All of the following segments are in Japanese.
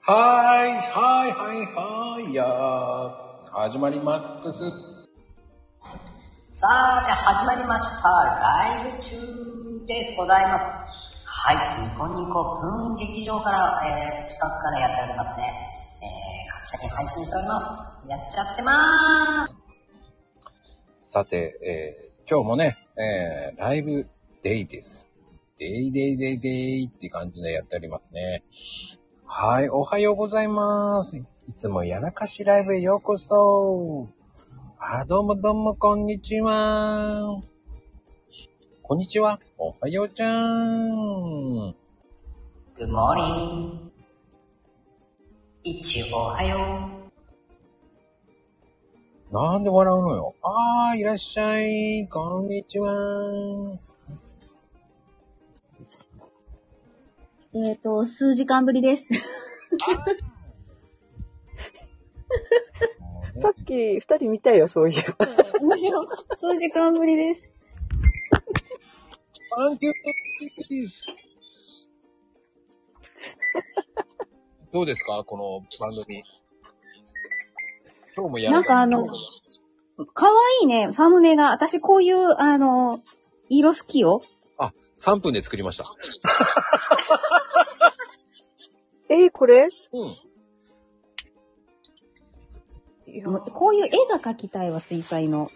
はい、はい、はい、はい、やー。始まりマックス。さあ、で、始まりました。ライブ中です。ございます。はい。ニコニコくん劇場から、えー、近くからやっておりますね。えー、勝手に配信しております。やっちゃってまーす。さて、えー、今日もね、えー、ライブデイです。デイデイデイデイって感じでやっておりますね。はい、おはようございます。いつもやらかしライブへようこそ。あ、どうもどうも、こんにちは。こんにちは。おはようちゃん。グッモーリン。一応おはよう。なんで笑うのよ。あー、いらっしゃい。こんにちは。えっ、と、数時間ぶりです。さっき二人見たよ、そういえば。 数時間ぶりです。サンキューです。 どうですかこの番組。今日もやるなんかあの、かわいいね、サムネが。私こういう、あの、色好きよ。あ、3分で作りました。 えーこれうん。いやもうこういう絵が描きたいわ、水彩の。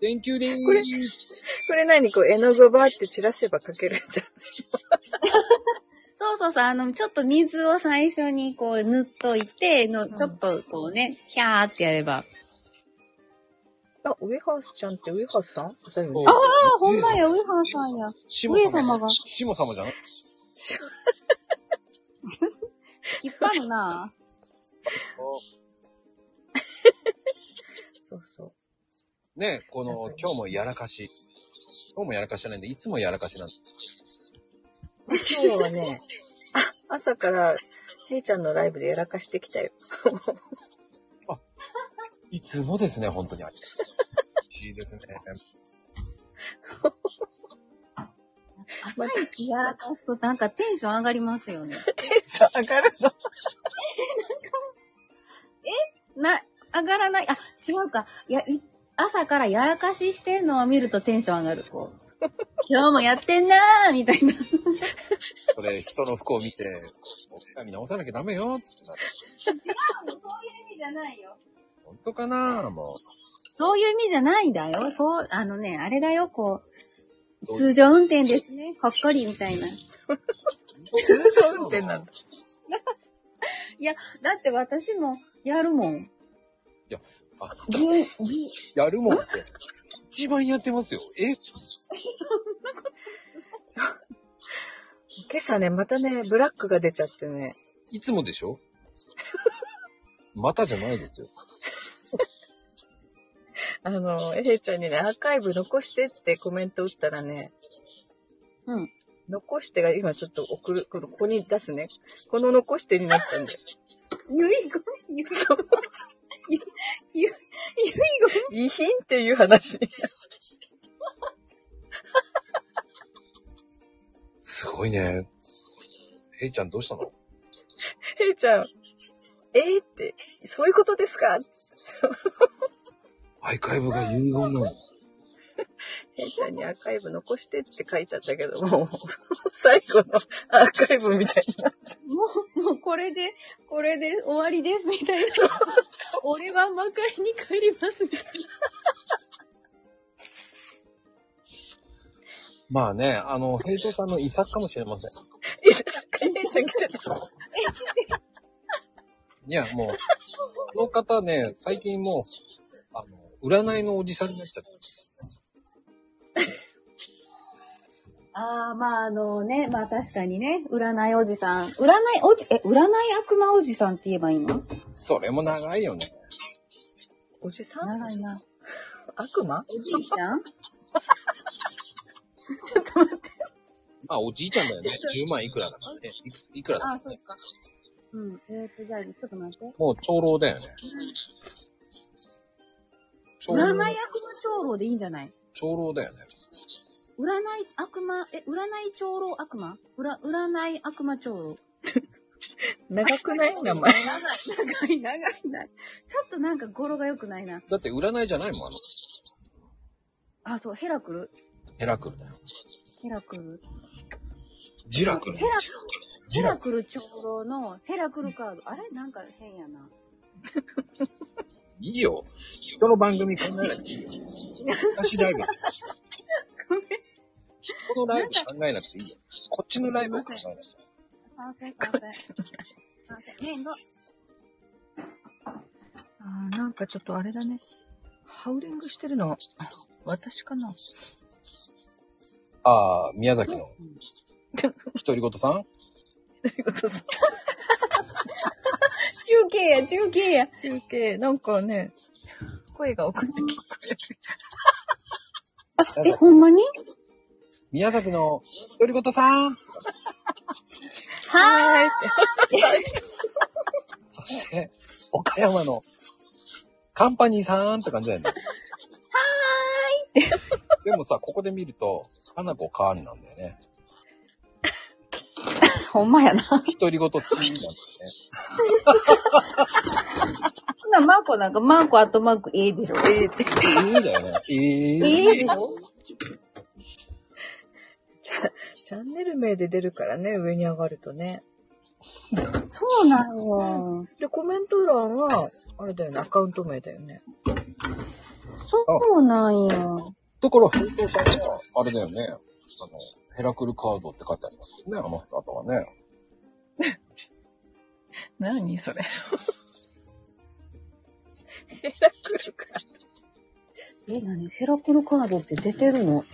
Thank you でこれーす。これ何こう、絵の具バーって散らせば描けるんじゃん。そうそうそう、あの、ちょっと水を最初にこう塗っといて、の、ちょっとこうね、ひゃーってやれば。あ、ウエハースちゃんってウエハースさんだよねあああ、ほんまや、ウーハンさんや。シ上様がシモ様じゃない引っ張るなぁ。そうそう。ね、この、今日もやらかし。今日もやらかしじゃないんで、いつもやらかしなんです。今日は ね、あ、朝から、姉ちゃんのライブでやらかしてきたよ。いつもですね、 本当にありがとう。いいですね。 朝一やらかすとなんかテンション上がりますよね。上がるぞ。な、上がらない。あ、違うか。いや、い、朝からやらかししてんのを見るとテンション上がる。こう。 今日もやってんなーみたいな。それ、人の服を見て、おつかみ直さなきゃダメよ、つってなって。そういう意味じゃないよ。本当かなもそういう意味じゃないんだよ。そう、あのね、あれだよ、こどう。う。通常運転ですね。ほっこりみたいな。いう通常運転なんだ。や、だって私もやるもん。あぎゅぎやるもんって。一番やってますよ。え今朝ね、またね、ブラックが出ちゃってね。いつもでしょまたじゃないですよ。あの、えいちゃんにね、アーカイブ残してってコメント打ったらね、うん。残してが今ちょっと送る、このここに出すね。この残してになったんで。ゆいごん、ゆいごん。ゆ、ゆ、ゆい遺品っていう話。すごいね。ヘイちゃんどうしたのヘイちゃん、えー、って、そういうことですかアイカイブが遺言なの。ヘイちゃんにアーカイブ残してって書いてあったけども、最後のアーカイブみたいな。ごん。もうこれで、これで終わりです、みたいな。俺は魔界に帰ります、みたいな。まあね、あの、ヘイトさんの遺作かもしれません。ヘイちゃん来てた。いや、もう、この方ね、最近もう、あの、占いのおじさんになっちゃった。ああ、まああのね、まあ確かにね、占いおじさん。占いおじ、え、占い悪魔おじさんって言えばいいのそれも長いよね。おじさん長いな。悪魔おじいちゃんまあ、おじいちゃんだ よね。10万いくらだからね。いくついくらだああ、そうか。うん。えっ、と、じゃあ、ちょっと待って。もう長老だよね。長占い老悪魔長老でいいんじゃない長老だよね。占い悪魔、え、占い長老悪魔うら、占い悪魔長老。長くない名前。長い、長い、長い。ちょっとなんか語呂が良くないな。だって占いじゃないもん、あの、あ、そう、ヘラクルヘラクルだよ。ヘラクルジラクルヘ。ラジヘララククル長老のヘラクルカード。あれなんか変やな。ル。いいよ。人の番組考えなくていいよ。私ライブ。人ごのめん。ライブ考えなくていいよ。こっちのライブを考えなくていい。パーフェクト。パーフェクトパーフェクト。ねえ、どうあーなんかちょっとあれだね。ハウリングしてるの、私かな。ああ、宮崎の。独り言さんということさ中継や、中継や。中継、なんかね、声が遅れて聞こえる。え、ほんまに宮崎の独り言さんはーい。そして、岡山のカンパニーさんって感じだよね。はーいでもさ、ここで見ると、花子カーニなんだよね。ほんまやな。独り言チーなんだよね。そんなマーコなんか、マーコアットマーク A でしょ。ええって。えーだよね。えー。 A でしょチャチャンネル名で出るからね、上に上がるとね。そうなんよ。で、コメント欄は、あれだよね、アカウント名だよね。そうなんよ。だから、封筒さんは、あれだよね。あの、ヘラクルカードって書いてありますね。あの人、あとはね。何それ。ヘラクルか。え、なにヘラクルカードって出てるの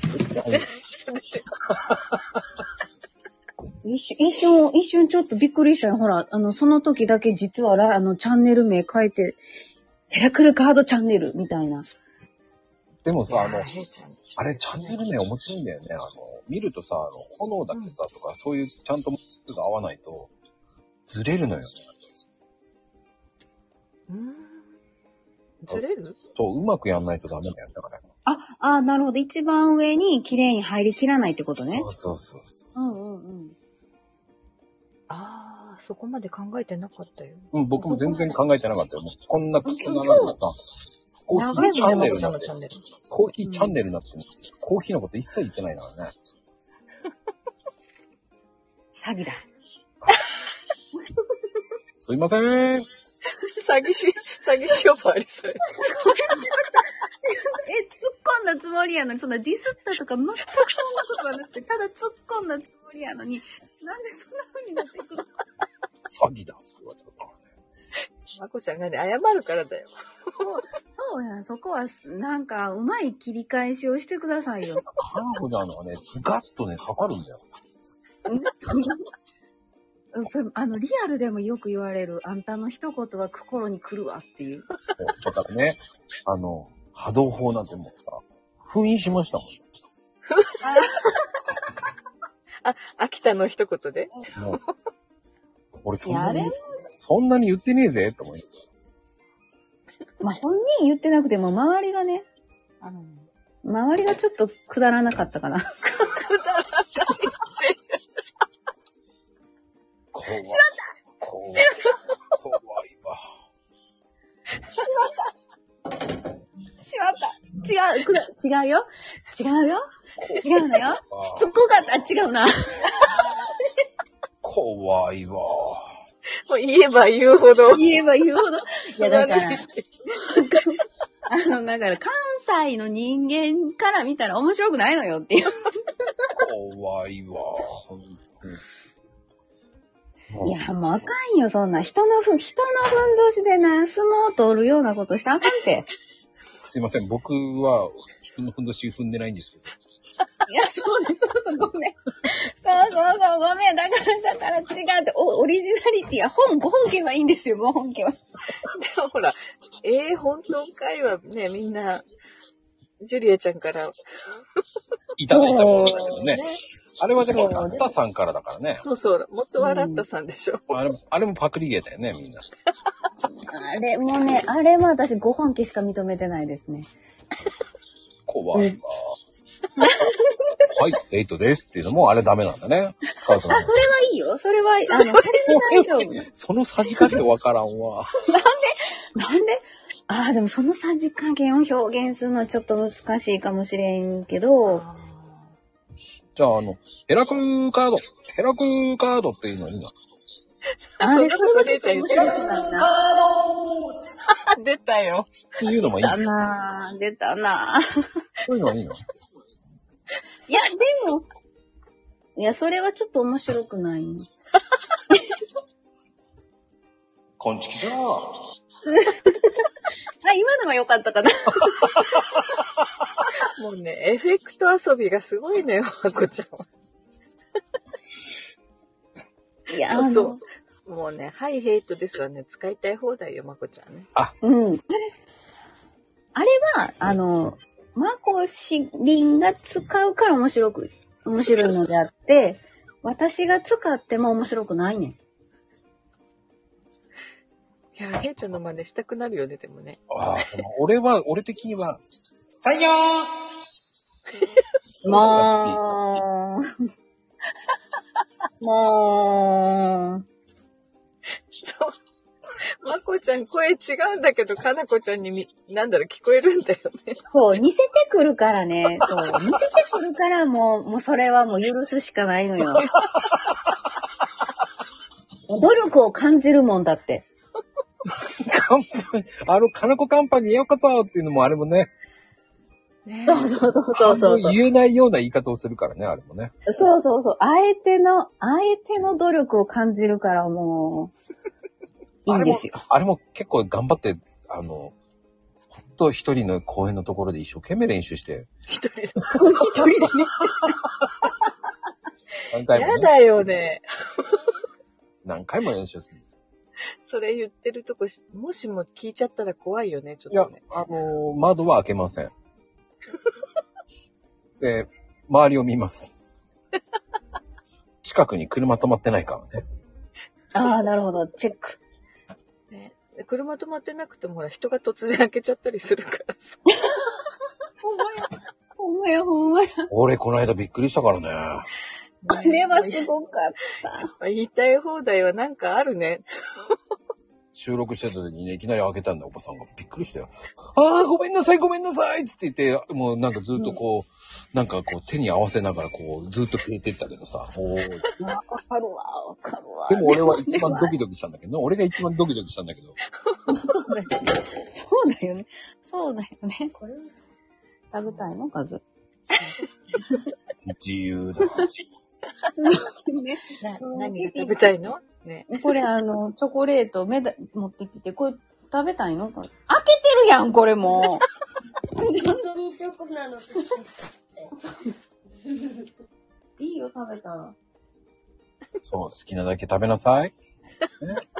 一瞬、一瞬、一瞬ちょっとびっくりしたよ。ほら、あの、その時だけ実はら、あの、チャンネル名書いて、ヘラクルカードチャンネルみたいな。でもさ、あの、あれ、チャンネル名面白いんだよね。あの、見るとさ、あの、炎だけさ、とか、そういう、ちゃんと、が合わないと、ずれるのよね。うん。ずれるそう、うまくやんないとダメだよ。だから。あ、あ、なるほど。一番上に綺麗に入りきらないってことね。そうそうそうそうう。んうんうん。ああ、そこまで考えてなかったよ。うん、僕も全然考えてなかったよ。もうこんな、こんな長くさ、コーヒ長ーいチャンネルになのっのてチャ、ンネル。コーヒーチャンネルになって、コーヒーのこと一切言ってないからね。詐欺だ。すいません。詐欺師、詐欺師呼ばわりされえ、て突っ込んだつもりやのに、そんなディスったとか全くそんなことはなくて、ただ突っ込んだつもりやのに、なんでそんな風になってくるの詐欺だ。って言われたからね。まこちゃんがね、謝るからだよ。そうやん、そこは、なんか、うまい切り返しをしてください よ。かなこちゃんのがね、ズガッとね、刺さるんだよ。うんそれあの、リアルでもよく言われる、あんたの一言は心に来るわっていう。そう。だからね、あの、波動砲なんてもう さ、封印しましたあ、秋田の一言でもん。もう俺そんなやにれ、そんなに言ってねえぜ、と思います。まあ、本人言ってなくても、周りがね、あの、周りがちょっとくだらなかったかな。怖い。怖い。怖いわ。しまった違う、くだ、違うよ違うよ違うのよしつこかった違うな。怖いわ。もう言えば言うほど。言えば言うほど。いや、だ から、そあの、だから、関西の人間から見たら面白くないのよっていう。怖いわ。本当いに。や、もうあかんよ、そんな。人のふ、人のふんどしでな、相撲を取るようなことしたらあかんて。すいません、僕は人のふんどし踏んでないんですけど。 いや、そうです、そうそう、ごめん。そうそうそう、ごめん。だから、だから違うって、おオリジナリティは、本、ご本家はいいんですよ、ご本家は。う ほら、えー、本当かいはね、みんな、ジュリエちゃんから、いただいたものですけどねね。あれはでも、サンタさんからだからね。そうそう、もつわらったさんでしょ。あれも、あれもパクリゲーだよね、みんな。あれもね、あれは私、ご本家しか認めてないですね。怖いわ。はい、エイトですっていうのも、あれダメなんだね。使うとあ、それはいいいよ。それは、あの、大丈夫。そのさじ加減わからんわ。 なんでああ、でもそのさじ加減を表現するのはちょっと難しいかもしれんけど、じゃあ、あの、ヘラクーカード。ヘラクーカードっていうのいいな。あれ、そそんなれがことちょっと面言白くないな。あ、出たよ。っていうのもいい出。たなぁ、出たなぁ。そういうのはいいの。 いや、でも、いや、それはちょっと面白くない。こんちきじゃー。あ、今のは良かったかな。 もうね、エフェクト遊びがすごいのよ、あこちゃんは。い や、そうそう。もうね、はい、ヘイトですわね。使いたい放題よ、まこちゃんね。あのうん。あれは、あの、マコシリンが使うから面白く、面白いのであって、私が使っても面白くないねん。いや、ヘイトの真似したくなるよね、でもね。ああ、でも俺は、俺的には、採用もう、もそう。まこちゃん、声違うんだけど、かなこちゃんにみ、なんだろう、聞こえるんだよねう、。そう、似せてくるからね、そう、似せてくるからもう、もうそれはもう許すしかないのよ。努力を感じるもんだって。カンパニー あの、金子カンパニーよかったっていうのもあれもね、 ねそうそうそうそうそう。言えないような言い方をするからね、あれもね。そうそうそう。相手の、相手の努力を感じるからもう、いいんですよ。あれも。あれも結構頑張って、あの、ほんと一人の公園のところで一生懸命練習して、 一 人で。 何回も、やね、だよね。何回も練習するんですよ。それ言ってるとこし、もしも聞いちゃったら怖いよね、ちょいやっとね。、あのー窓は開けません。で、周りを見ます。近くに車止まってないからね。ああ、なるほど。チェック。ね車止まってなくても、ほら、人が突然開けちゃったりするから さ。ほんまや。ほんまや、ほんまや。俺、この間びっくりしたからね。あれはすごかった。言いたい放題はなんかあるね。収録してた時にね、いきなり開けたんだ、おばさんが。びっくりしたよ。ああ、ごめんなさい、ごめんなさいっつって言って、もうなんかずっとこう、なんかこう手に合わせながらこう、ずっと消えてったけどさ。おーわかるわ、わかるわ。でも俺は一番ドキドキしたんだけどね、俺が一番ドキドキしたんだけど。そうだよね。そうだよね。食べたいの数。自由だ。ね。な何が食べたいのね。これあの、チョコレートめだ持ってきて、これ食べたいのこれ開けてるやん、これもう。本当にチョコなの。 いいよ、食べたら。そう、好きなだけ食べなさい。ち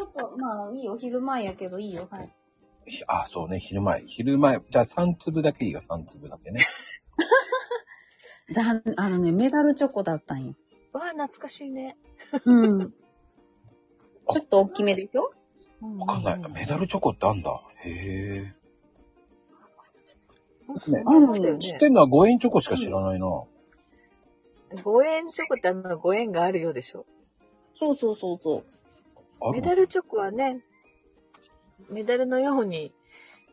ょっと、まあ、いいよ、昼前やけどいいよ、はい。ひあ、そうね、昼前。昼前。じゃあ3粒だけいいよ、3粒だけね。だん、あのね、メダルチョコだったんよ。わあ、懐かしいね。 うん。ちょっと大きめでしょわかんない。メダルチョコってあんだ。へえ。ねあるのそうだよね知ってんのは5円チョコしか知らないな。五円チョコってあの五円があるようでしょ。そうそうそうそう。あメるダルチョコはね、メダルのように、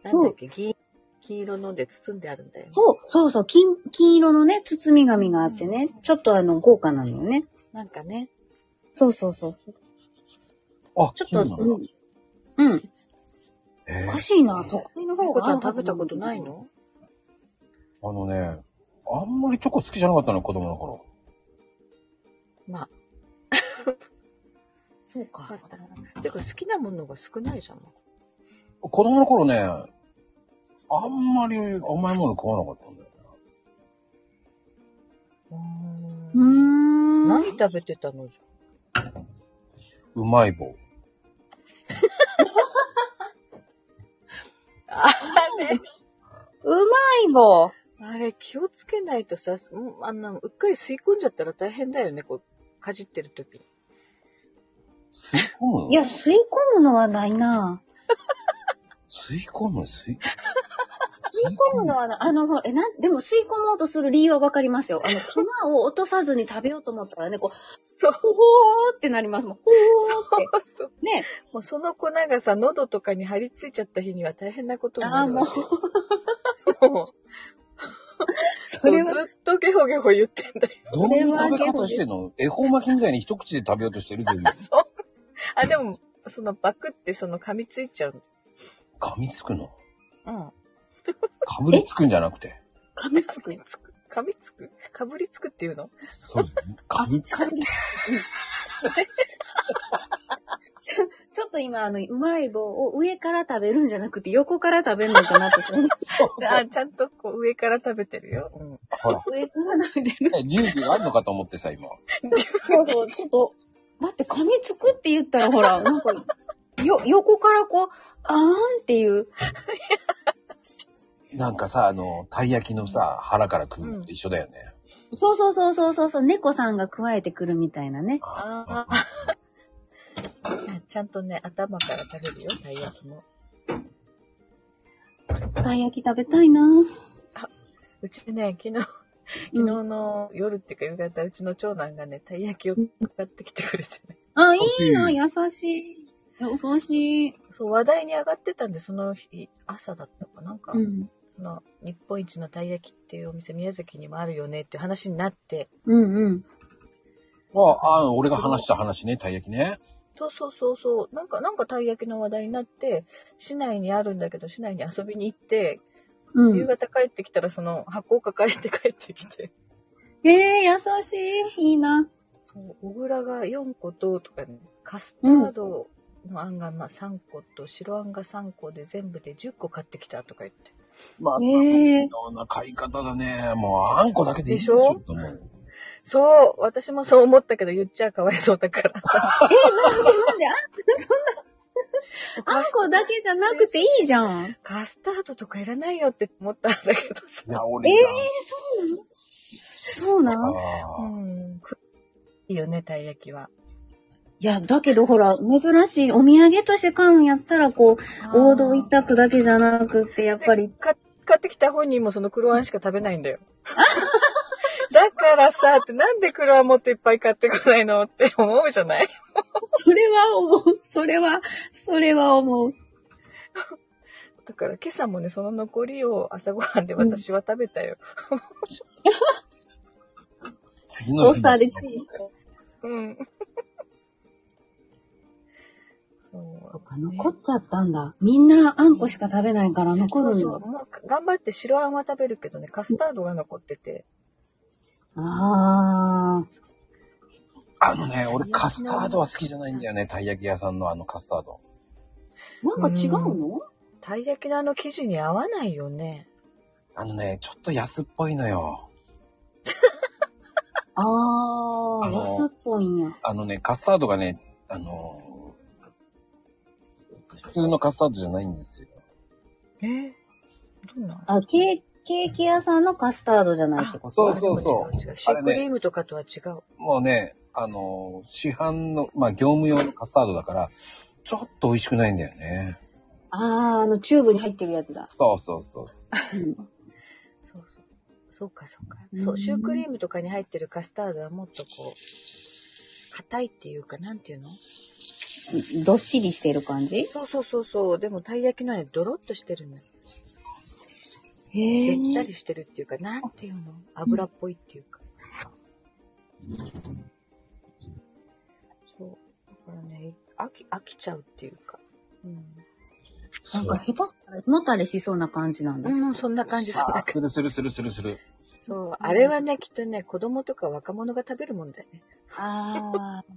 なんだっけ、銀、黄色ので包んであるんだよね。そう、そうそう、金、金色のね、包み紙があってね、ちょっとあの、豪華なのよね。なんかね、そうそうそう。あ、ちょそうっと、なんだうん。うん。へおーかしいな、都会のま方こがちゃん食べたことないのあのね、あんまりチョコ好きじゃなかったの、子供の頃。まあ、そうわか。かった。てか好きなものが少ないじゃん。子供の頃ね、あんまり甘いもの食わなかったんだよね。うーん。何食べてたのじうまい棒。ゃ。あれ、うまい棒。あれ気をつけないとさ、うんあの、うっかり吸い込んじゃったら大変だよね、こう、かじってる時に。吸い込むいや、吸い込むのはないな。吸い込む吸い、吸い込むのはな、あの、ほらえ、 なん、でも吸い込もうとする理由はわかりますよ。あの、粉を落とさずに食べようと思ったらね、こう、そう。ほーってなりますもん。ほーって。そうそう。 ね。もうその粉がさ、喉とかに張り付いちゃった日には大変なことにあなあ、るもうわ、け。 もう。そそうれずは、っとゲホゲホ言ってんだよ。どういう食べ方してんの恵方巻きみたいに一口で食べようとしてる全部。そう。あ、でも、そのバクってその噛みついちゃう。噛みつくのうん。かぶりつくんじゃなくて。噛みつ噛くみ。つく。噛みつくかぶりつくっていうのそう、噛みつくって。ちょっと今、あの、うまい棒を上から食べるんじゃなくて、横から食べるのかなって。そうそう。あ、ちゃんとこう上から食べてるよ。うん。ほら、上から食べてる。ね流儀があるのかと思ってさ、今。そうそう、ちょっと、だって噛みつくって言ったら、ほら、なんか、よ、横からこう、あーんっていう。なんかさ、あの、たい焼きのさ、腹から食うのと一緒だよね。そうそうそうそうそうそう、猫さんが加えてくるみたいなね。ああ。 ちゃんとね、頭から食べるよ、たい焼きも。たい焼き食べたいなうちね、昨日、昨日うん。の夜っていうか夕方、うちの長男がね、たい焼きを買ってきてくれてね。あ、いいな、優しい。優しい。そう、話題に上がってたんで、その日、朝だったかなんか、うん。その、日本一のたい焼きっていうお店、宮崎にもあるよねっていう話になって、うんうん。ああ、あの俺が話した話ね、たい焼きね。そうそうそうそう、なんか、なんかたい焼きの話題になって、市内にあるんだけど、市内に遊びに行って、う夕ん。方帰ってきたら、その箱を抱えて帰ってきて、ええ優しい。いいな。そう、小倉が4個と、とかね、カスタードのあんがまあ3個と、白あんが3個で全部で10個買ってきたとか言って。まあ、ええいろんな買い方だね。もう、あんこだけでいいでしょちょっともうそう、私もそう思ったけど言っちゃかわいそう だから。なんで、あん、あんこだけじゃなくていいじゃん。カスタードとかいらないよって思ったんだけどさい。や、俺えが。そうなんあうーん。いいよね、たい焼きは。いや、だけどほら、珍しいお土産として買うんやったら、こう、王道一択だけじゃなくって、やっぱり、か買ってきた本人もその黒あんしか食べないんだよ。 だからさ、ってなんで黒あんもっといっぱい買ってこないのって思うじゃない それは思う。それは、それは思う。だから今朝もね、その残りを朝ごはんで私は食べたよ。次ポのス日ターのでチーズ。うん。 そう。残っちゃったんだ。みんなあんこしか食べないから残そうるんそだう。。もう頑張って白あんは食べるけどね、カスタードが残ってて。あー。あのね、俺カスタードは好きじゃないんだよね。たい焼き屋さんのあのカスタード。なんか違うのたい焼きのあの生地に合わないよね。あのね、ちょっと安っぽいのよ。ああー、の安っぽいんや。あのね、カスタードがね、あのー普通のカスタードじゃないんですよ。えどんなあ、ケーケーキ屋さんのカスタードじゃないってことそうそうそうあでも違うシュークリームとかとは違う。もうね、あのー市販の、まあ、業務用のカスタードだから、ちょっと美味しくないんだよね。あー、あの、チューブに入ってるやつだ。そうそうそう。そうそう。そうか、そうか。うんそう、シュークリームとかに入ってるカスタードはもっとこう、硬いっていうか、なんていうのどっしりしてる感じそうそうそうそう。でも、たい焼きのはドロッとしてるの。へべえったりしてるっていうか、なんていうの油っぽいっていうか。そう。だからね、飽き、飽きちゃうっていうか。うん。なんかそう。下手したら胃もたれしそうな感じなんだ。うん、そんな感じするあ。ーするするするするする。そう。あれはね、きっとね、子供とか若者が食べるもんだよね。ああ。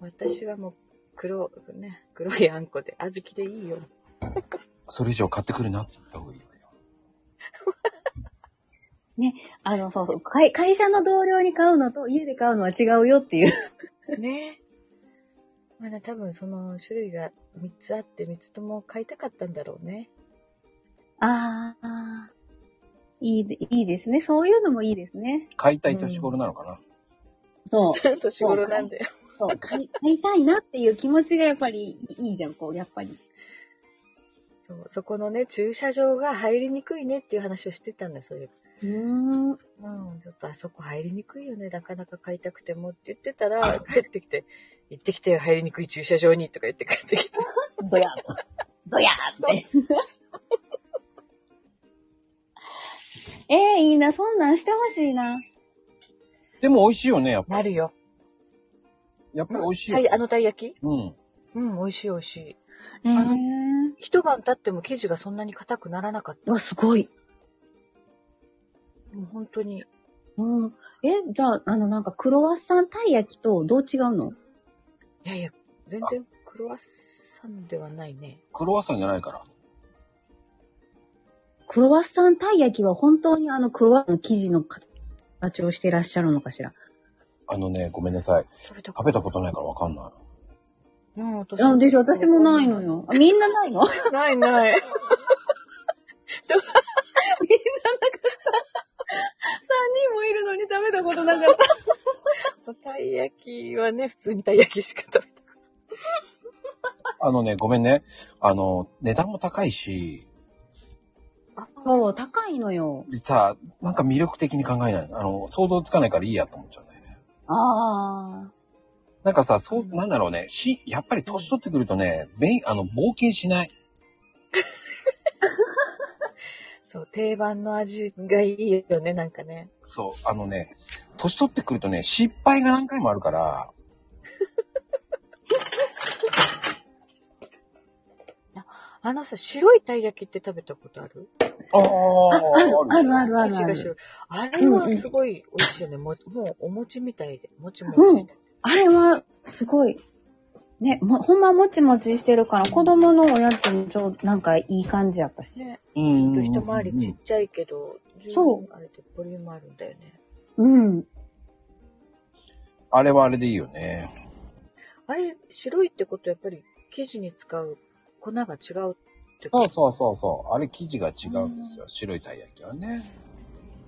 私はもう、黒、ね、黒いあんこで、小豆でいいよ。それ以上買ってくるなって言った方がいいわよ。あの、そうそう会。会社の同僚に買うのと家で買うのは違うよっていう。ね まだ多分その種類が3つあって3つとも買いたかったんだろう ね。ああ。いいで、いいですね。そういうのもいいですね。買いたい年頃なのかな。そう。年頃なんだよ。そう買い買いたいなっていう気持ちがやっぱりいいじゃん、こう、やっぱり。そう、そこのね、駐車場が入りにくいねっていう話をしてたんだよ、そういう。うーん。うん、ちょっとあそこ入りにくいよね、なかなか買いたくてもって言ってたら、 帰ってきて、行ってきてよ、入りにくい駐車場にとか言って帰ってきて、ドヤードヤーって。 ええいいな、そんなんしてほしいな。でも美味しいよね、やっぱなり。るよ。やっぱり美味しいよ。はい、あのたい焼きうん。うん、美味しい美味しい。ええの一晩経っても生地がそんなに硬くならなかっわ、すごい。た。もう本当に。うん。え、じゃあ、あの、なんか、クロワッサンたい焼きとどう違うのいやいや、全然クロワッサンではないね。クロワッサンじゃないから。クロワッサンたい焼きは本当にあの、クロワッサンの生地の形をしていらっしゃるのかしら。あのね、ごめんなさい。食べた食べたことないからわかんない。うん、私あ、でしょ、私もないの。よ。あみんなないの ないない。人もいるのに食べたことなかった。たい焼きはね、普通にたい焼きしか食べた。あのね、ごめんね。あの、値段も高いし、 そう、高いのよ。実は、なんか魅力的に考えない。あの、想像つかないからいいやと思っちゃうんだよね。ああ。なんかさ、そう、なんだろうね。し、やっぱり年取ってくるとね、べあの、冒険しない。そう、定番の味がいいよね、なんかね。そう、あのね、年取ってくるとね、失敗が何回もあるから、あのさ、白いたい焼きって食べたことあるあああるあるある生地あがる。白い。あれはすごい美味しいよね。ももうお餅みたいで。もちもちして。あれは、すごい。ね、も、ほんまもちもちしてるから、子供のおやつもちょ、なんかいい感じやったし。ね。うんうんうん一回りちっちゃいけど、十そう分あれでボリュームあるんだよね。うん。あれはあれでいいよね。あれ、白いってことはやっぱり生地に使う粉が違うってこそうとそうそうそう。あれ生地が違うんですよ。白いたい焼きはね。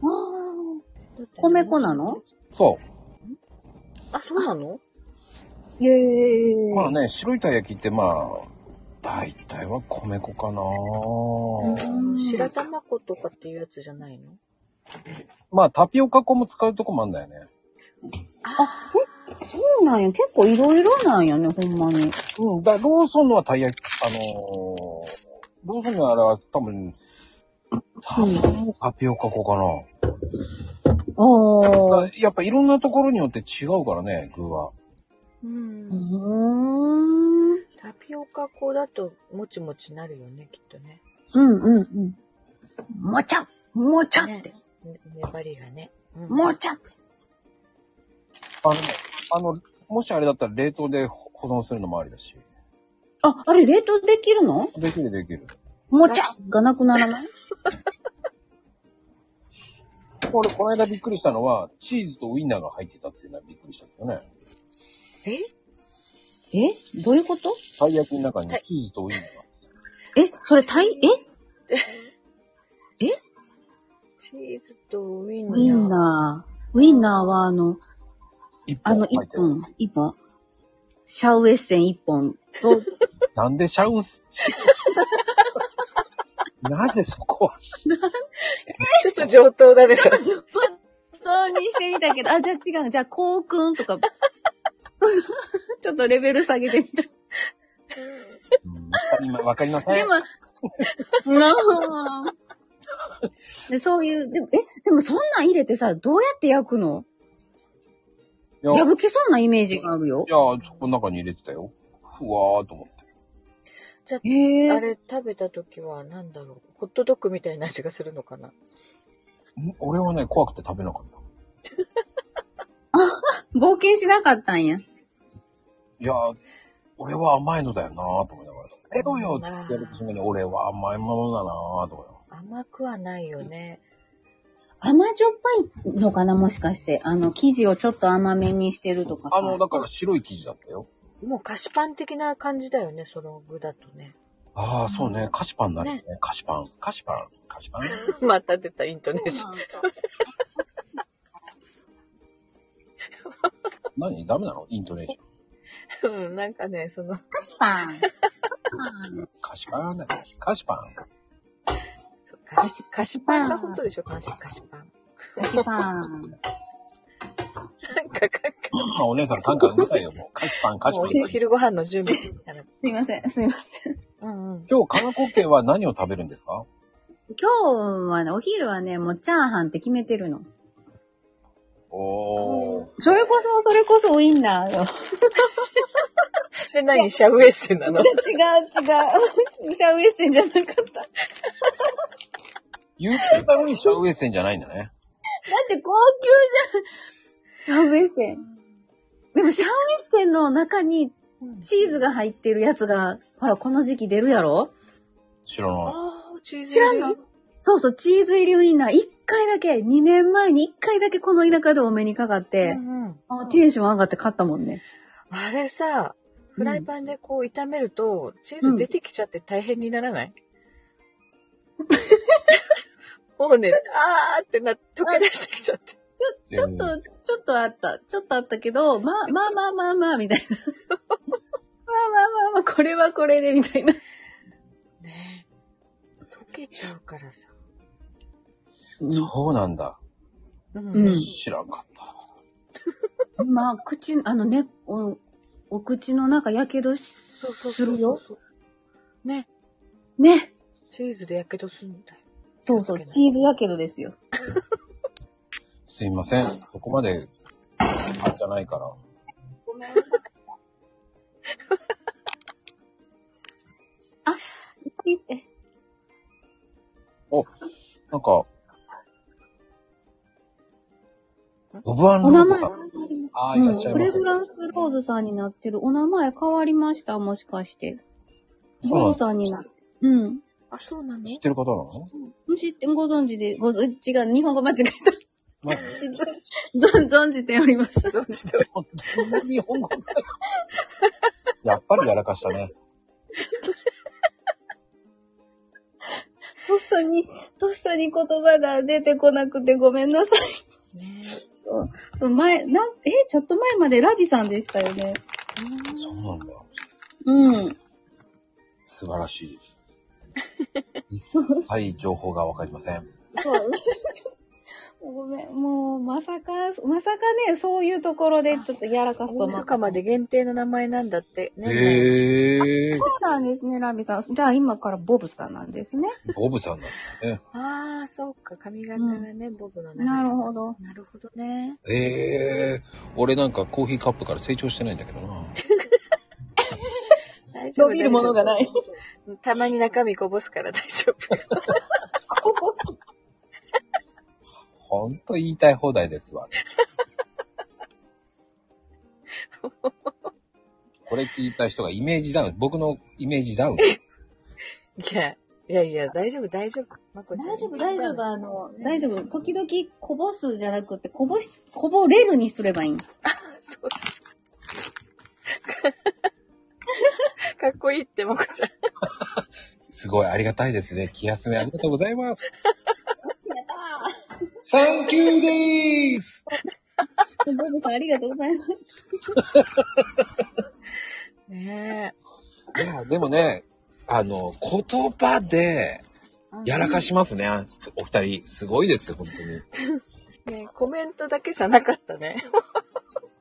あーだってね米粉なのそあ、そうなのイェう。まあね、白いたい焼きってまあ、大体は米粉かな、うん白玉粉とかっていうやつじゃないのまあタピオカ粉も使うとこもあるんだよね。そうなんや。結構いろいろなんやね、ほんまに。うん。だローソンのはたい焼き、あのーローソンのあれは多分、多分タピオカ粉かな。ああ。だやっぱいろんなところによって違うからね、具は。うんうーん。タピオカ粉だともちもちなるよね、きっとね。うんうんうん。もちゃもちゃって。ね粘りがね。うんもちゃって。あのね、あの、もしあれだったら冷凍で保保存するのもありだし。あ、あれ冷凍できるのできるできる。もちゃがなくならない俺、この間びっくりしたのは、チーズとウインナーが入ってたっていうのはびっくりしたけどね。ええどういうことたい焼きの中にチーズとウインナーが。えそれたいえチーズとウインナウー。インナー。ウインナーはあの、一あ本の、入っ一てる。本、一本。シャウエッセン一本と、なんでシャウス、なぜそこは。ちょっと上等だね、それ。そうにしてみたけど、あ、じゃあ違う。じゃあ、コウくんと か、ちょっとレベル下げてみた。うん今、わかりません。でも、なあ でそういう、でも、え、でもそんなん入れてさ、どうやって焼くのいや、い破けそうなイメージがあるよ。や、そこの中に入れてたよ。ふわーっと思って。へあえ。れ食べた時は何だろう。ホットドッグみたいな味がするのかな。ん俺はね、怖くて食べなかった。冒険しなかったんや。いや、俺は甘いのだよなぁと思いながら。エロよって言われた瞬間に俺は甘いものだなぁと思いなが甘くはないよね。甘じょっぱいのかなもしかして。あの、生地をちょっと甘めにしてるとかさ。ら。あの、だから白い生地だったよ。もう菓子パン的な感じだよね、その具だとね。ああ、そうね。菓子パンになるよねね。菓子パン。菓子パン。菓子パン。 また出たイントネーション。何ダメなのイントネーション。うん、なんかね、その、菓子パン。菓子パンだよ。菓子パン。そう菓子、菓子パンが本当でしょ菓子、菓子パン。菓 子パン。なんか、かお姉さん、カンカンうるさいよ、もう。菓子パン、菓子もパうン。お昼ご飯の準備みたいな。すいません、すいません。うんうん。今日、かなこ家は何を食べるんですか今日はね、お昼はね、もうチャーハンって決めてるの。おー。それこそ、それこそウインナー よ。 で、何シャウエッセンなの違う、 違う。シャウエッセンじゃなかった。だ言ってたのにシャウエッセンじゃないんだね。って高級じゃん。シャウエッセン。でもシャウエッセンの中にチーズが入ってるやつが、ほら、この時期出るやろ知らない。ああ、チーズ知らんのそうそう、チーズ入りウインナー。一回だけ、2年前に一回だけこの田舎でお目にかかって、うんうん。あテンション上がって買ったもんね。あれさ、フライパンでこう炒めると、チーうんズ出てきちゃって大変になら ない、もうね、あーってな、溶け出してきちゃって。ちょっと、ちょっとあった。ちょっとあったけど、まあ、まあまあまあまあ、みたいな。まあまあまあまあ、これはこれで、みたいな。ね溶けちゃうからさ。そうなんだ。うんうん知らんかった。まあ、口、あのね、お、お口の中、やけどすそうそうそうそうるよ。ね、ね。チーズでやけどするんだよ。そうそう、チーズやけどですよ。すいません。そこまで、あれじゃないから。え、お、なんか、ボブアンおロー名ズ前さん。、あー、ういんらっしゃいフまレせ。グランスローズさんになってる。お名前変わりましたもしかして。そうなんローですさんになうん。あ、そうなの知ってる方なの知って、ご存知で、ご存知、違う、日本語間違えた。まず、存、存じております。どうしてる本当に日本語だよ。やっぱりやらかしたね。とっさに、とっさに言葉が出てこなくてごめんなさい。ねそう、そう前、なん、え、ちょっと前までラビさんでしたよね。そうなんだ。うん。素晴らしい。一切情報がわかりません。そう。ごめん、もう、まさか、まさかね、そういうところでちょっとやらかすと大思う。阪まで限定の名前なんだって。ねへえ。そうなんですね、ラビさん。じゃあ今からボブさんなんですね。ボブさんなんですね。ああ、そうか。髪型がね、ボブの長なさ。るほど。なるほどね。ええ。俺なんかコーヒーカップから成長してないんだけどな。大丈夫伸びるものがない。大丈夫たまに中身こぼすから大丈夫。ほんと言いたい放題ですわ。これ聞いた人がイメージダウン。僕のイメージダウン。いや、いやいや、大丈夫、大丈夫。まこちゃん。大丈夫、大丈夫、あの、大丈丈夫。時々こぼすじゃなくて、こぼし、こぼれるにすればいい。夫。そうそう。かっこいいって、まこちゃん。すごいありがたいですね。気休めありがとうございます。サンキューでーすボブさんありがとうございます。ねいや、でもね、あの、言葉でえ。やらかしますね。お二人。すごいですよ、本当に。ねえコメントだけじゃなかったね。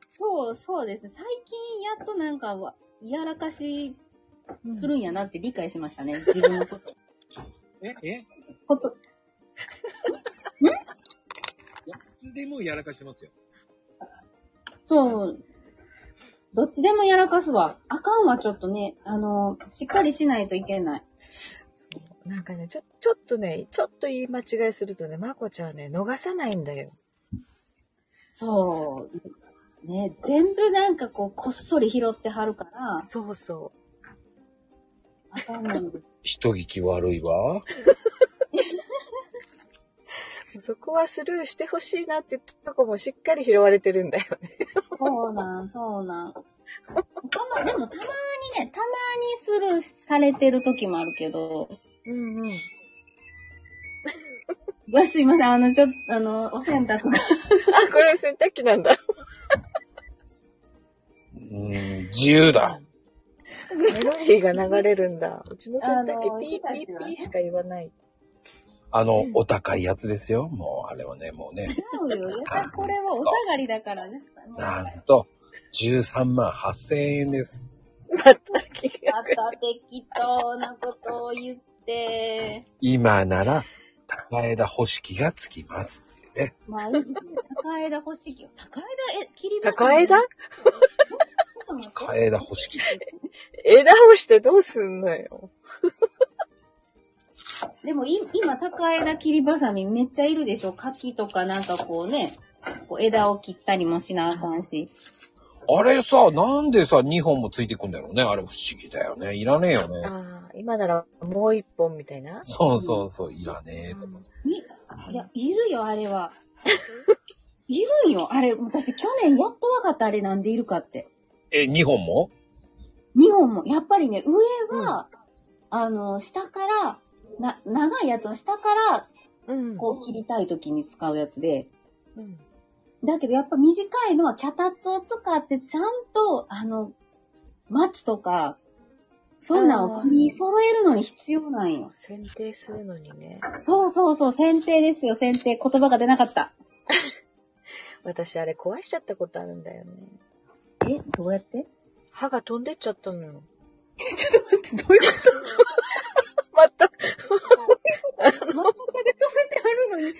そう、そうですね。最近やっとなんかは、やらかしするんやなって理解しましたね。自分のこと。ええ こと、いつでもやらかしてますよ。そう。どっちでもやらかすわ。あかんわ、ちょっとね。あの、しっかりしないといけない。なんかね、ちょ、ちょっとね、ちょっと言い間違いするとね、まこちゃんはね、逃さないんだよ。そう。ね、全部なんかこう、こっそり拾ってはるから、そうそあかんなん です。人聞き悪いわ。う。そこはスルーしてほしいなってとこもしっかり拾われてるんだよね。そうなん、そうなん。たま、でもたまにね、たまにスルーされてる時もあるけど、うんうん。わすいません、あの、ちょっと、あの、お洗濯が。あ、これ洗濯機なんだ。うーん、自由だ。メロディーが流れるんだ。うちの洗あ濯の機ピーピーピーしか言わない。あのうん、お高いやつですよ。もう、あれはね、もうね、違うよ。やっぱりこれはお下がりだからね。なんと、13万8000円です。また気がまた適当なことを言って。今なら、高枝保式がつきますっていうね。まあ、いい ですね高枝欲しいけど、高枝、え、切り花高枝ちょっと待って高枝保式。枝をしてどうすんのよ。でもい今、高枝切りばさみめっちゃいるでしょ柿とかなんかこうね、こう枝を切ったりもしなあかんし。あれさ、なんでさ、2本もついてくんだろうね。あれ不思議だよね。いらねえよね。ああ、今ならもう一本みたいな。そうそうそう、いらねえと思って。にいや、いるよ、あれは。いるんよ、あれ。私、去年やっと分かった、あれなんでいるかって。え、2本も2本も。やっぱりね、上は、あの、下から、な、長いやつを下から、うんこう切りたい時に使うやつで。うんだけど、やっぱ短いのは脚立を使って、ちゃんと、あの、松とか、そんなんを組み揃えるのに必要なんよ。剪定するのにね。そうそうそう、剪定ですよ、剪定。言葉が出なかった。私あれ壊しちゃったことあるんだよね。え、どうやって歯が飛んでっちゃった のよ。待って、どういうことま た、真ん中で止めてあるのに。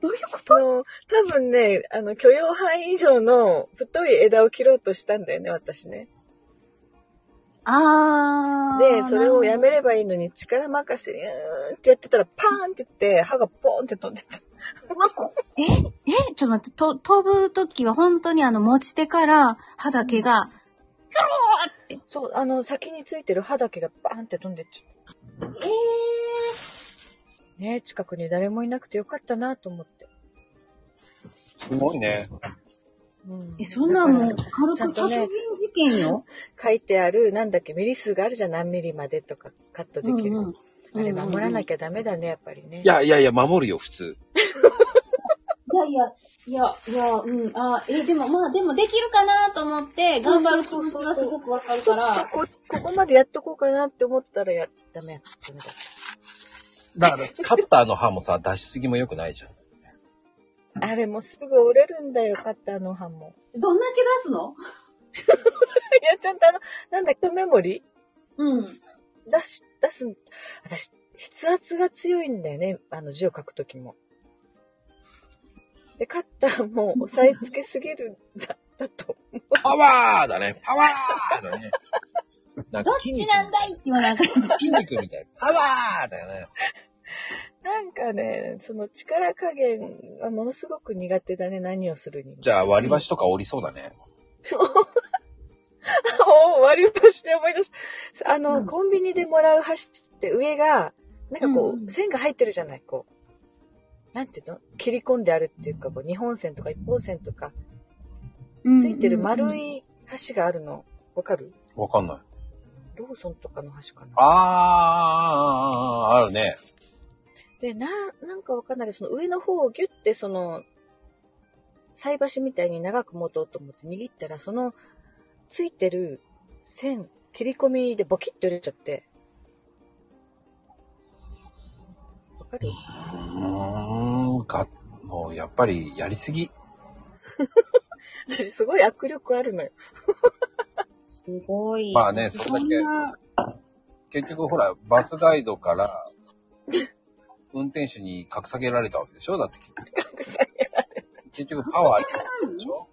どういうこあの、多分ね、あの、許容範囲以上の太い枝を切ろうとしたんだよね、私ね。とあー。で、それをやめればいいのに力任せ、うーんってやってたら、パーンって言って、歯がポーンって飛んでっちゃった。え、え、ちょっと待って、と飛ぶときは本当にあの、持ち手から歯だけが、そう、あの、先についてる歯だけがバーンって飛んでっちゃっえー、た。ね近くに誰もいなくてよかったなと思って。すごいね。うんえ、そんなんもうだから軽くちゃん殺とね人事件よ。書いてある、なんだっけ、ミリ数があるじゃん、何ミリまでとかカットできる。うんうんあれ守らなききゃダメだね、やっぱりね。いやいやいや、守るよ、普通。ゃ。いやいや、いや、いや、うん、あ、え、でもまあ、でもできるかなと思って、頑張る気持ちがすごくわかるから、こ、ここまでやっとこうかなって思ったらや、ダメや、ダメだ。だから、カッターの刃もさ、出しすぎも良くないじゃん。あれもうすぐ折れるんだよ、カッターの刃も。どんだけ出すのいや、ちゃんとあの、なんだっけ、メモリうん。ー出し、出す、私、筆圧が強いんだよね、あの字を書くときも。で、カッターも押さえつけすぎるんだ、 だと。パワーだね。パワーだね。なんどかっ筋ち肉なんだいって言わなあかん。筋肉みたいな。パワーだよね。なんかね、その力加減がものすごく苦手だね、何をするにも。じゃあ、割り箸とか折りそうだね。 お割り箸で思い出した。あの、コンビニでもらう箸って上が、なんかこう、うん線が入ってるじゃない、こう。なんていうの切り込んであるっていうか、こう、二本線とか一本線とか、ついてる丸い。い箸があるの、わかるわかんない。ローソンとかの箸かな。あー、あるね。で、な、なんかわかんないけど、その上の方をギュッて、その、菜箸みたいに長く持とうと思って握ったら、その、ついてる線、切り込みでボキッと折れちゃって。わかるうーん、か、もう、やっぱり、やりすぎ。私すごい握力あるのよ。すごい。まあねそんだけな結局、ほら、バスガイドから、運転手に格下げられたわけでしょだって結局、格下げられ結局パワーありそうでしょ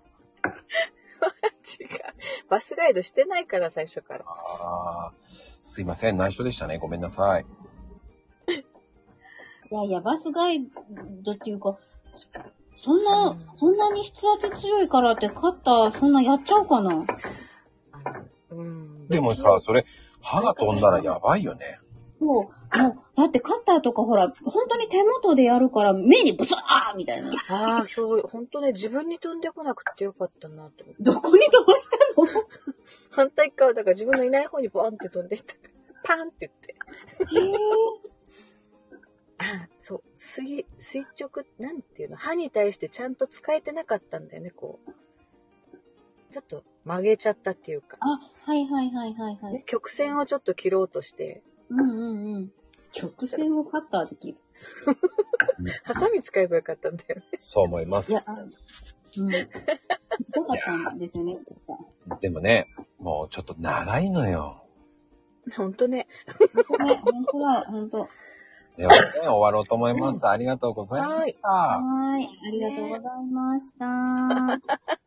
違う。バスガイドしてないから、最初から。あー、すいません。内緒でしたね。ごめんなさい。いやいや、バスガイドっていうか、そんな、そんなに筆圧強いからってカッター、そんなやっちゃうかなあの、うん。でもさ、それ、歯が飛んだらやばいよね。もう、もう、だってカッターとかほら、本当に手元でやるから、目にブザーみたいな。ああ、そう、本当ね、自分に飛んでこなくてよかったなと思って。どこに飛ばしたの反対側、だから自分のいない方にボーンって飛んでいったから。パンって言って。へえ。あ そう、垂、垂直、なんていうの、歯に対してちゃんと使えてなかったんだよね、こう。ちょっと曲げちゃったっていうか、あ、はいはいはいはいはい。ね、曲線をちょっと切ろうとして、うんうんうん。曲線をカッターで切る。ハサミ使えばよかったんだよね。そう思いますい。や、うん。すごかったん ですよね。でもね、もうちょっと長いのよ。ほんとね。ごめん、本当だ、本当。はで はね、終わろうと思います。ありがとうございました。ーい、ありがとうございました。